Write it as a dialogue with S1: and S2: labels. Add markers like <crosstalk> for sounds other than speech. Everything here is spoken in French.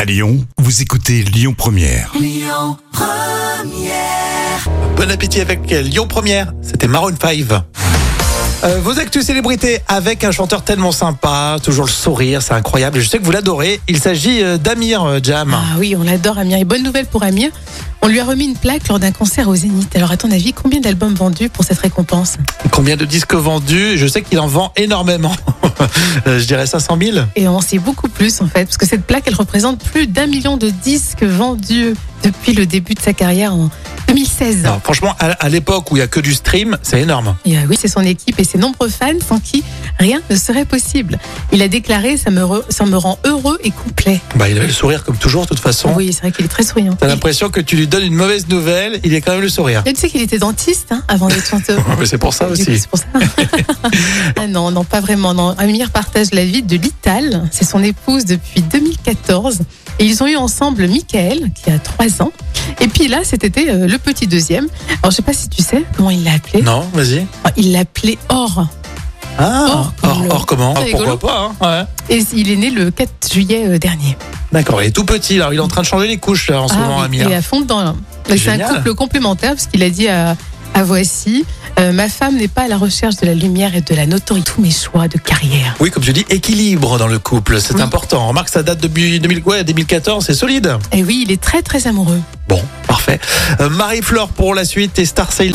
S1: À Lyon, vous écoutez Lyon Première.
S2: Bon appétit avec Lyon Première, c'était Maroon 5. Euh, vos actus célébrités avec un chanteur tellement sympa, toujours le sourire, c'est incroyable. Je sais que vous l'adorez. Il s'agit euh, d'Amir euh, Jam.
S3: Ah oui, on l'adore Amir. Et bonne nouvelle pour Amir, on lui a remis une plaque lors d'un concert au Zénith. Alors à ton avis, combien d'albums vendus pour cette récompense
S2: Combien de disques vendus Je sais qu'il en vend énormément. <laughs> Euh, Je dirais 500 000.
S3: Et on sait beaucoup plus en fait, parce que cette plaque, elle représente plus d'un million de disques vendus depuis le début de sa carrière en 2016.
S2: Non, franchement, à, à l'époque où il y a que du stream, c'est énorme.
S3: Et euh, oui, c'est son équipe et ses nombreux fans sans qui rien ne serait possible. Il a déclaré ça me, re- ça me rend heureux et complet.
S2: Bah, il avait le sourire comme toujours, de toute façon.
S3: Oui, c'est vrai qu'il est très souriant.
S2: T'as l'impression que tu lui donnes une mauvaise nouvelle, il est quand même le sourire.
S3: Et tu sais qu'il était dentiste hein, avant d'être chanteur.
S2: Ah, Mais c'est pour ça
S3: Du coup,
S2: aussi.
S3: c'est
S2: <laughs>
S3: pour ça. Ah non, non, pas vraiment. Non. Amir partage la vie de Lital. C'est son épouse depuis 2014. Et ils ont eu ensemble Michael, qui a 3 ans. Et puis là, cet été, euh, le petit deuxième. Alors, je sais pas si tu sais comment il l'a appelé. Ah,
S2: Non, vas-y.
S3: Il l'appelait Or.
S2: Ah,
S3: Or,
S2: or,
S3: comme
S2: or comment
S3: C'est
S2: Ah, Pourquoi
S3: rigolo.
S2: pas hein, ouais.
S3: Et il est né le 4 juillet euh, dernier.
S2: D'accord, il est tout petit, alors il est en train de changer les couches là, en ce
S3: Ah
S2: moment,
S3: oui,
S2: Amir.
S3: Il est à fond dedans. là. C'est un
S2: Génial.
S3: couple complémentaire, parce qu'il a dit à, à Voici euh, Ma femme n'est pas à la recherche de la lumière et de la notoriété. Tous mes choix de carrière.
S2: Oui, comme tu dis, équilibre dans le couple, c'est
S3: Oui.
S2: important. Remarque, ça date depuis 2000, ouais, 2014, c'est solide.
S3: Et oui, il est très, très amoureux.
S2: Bon, parfait. Euh, Marie-Flore pour la suite et Star Sail.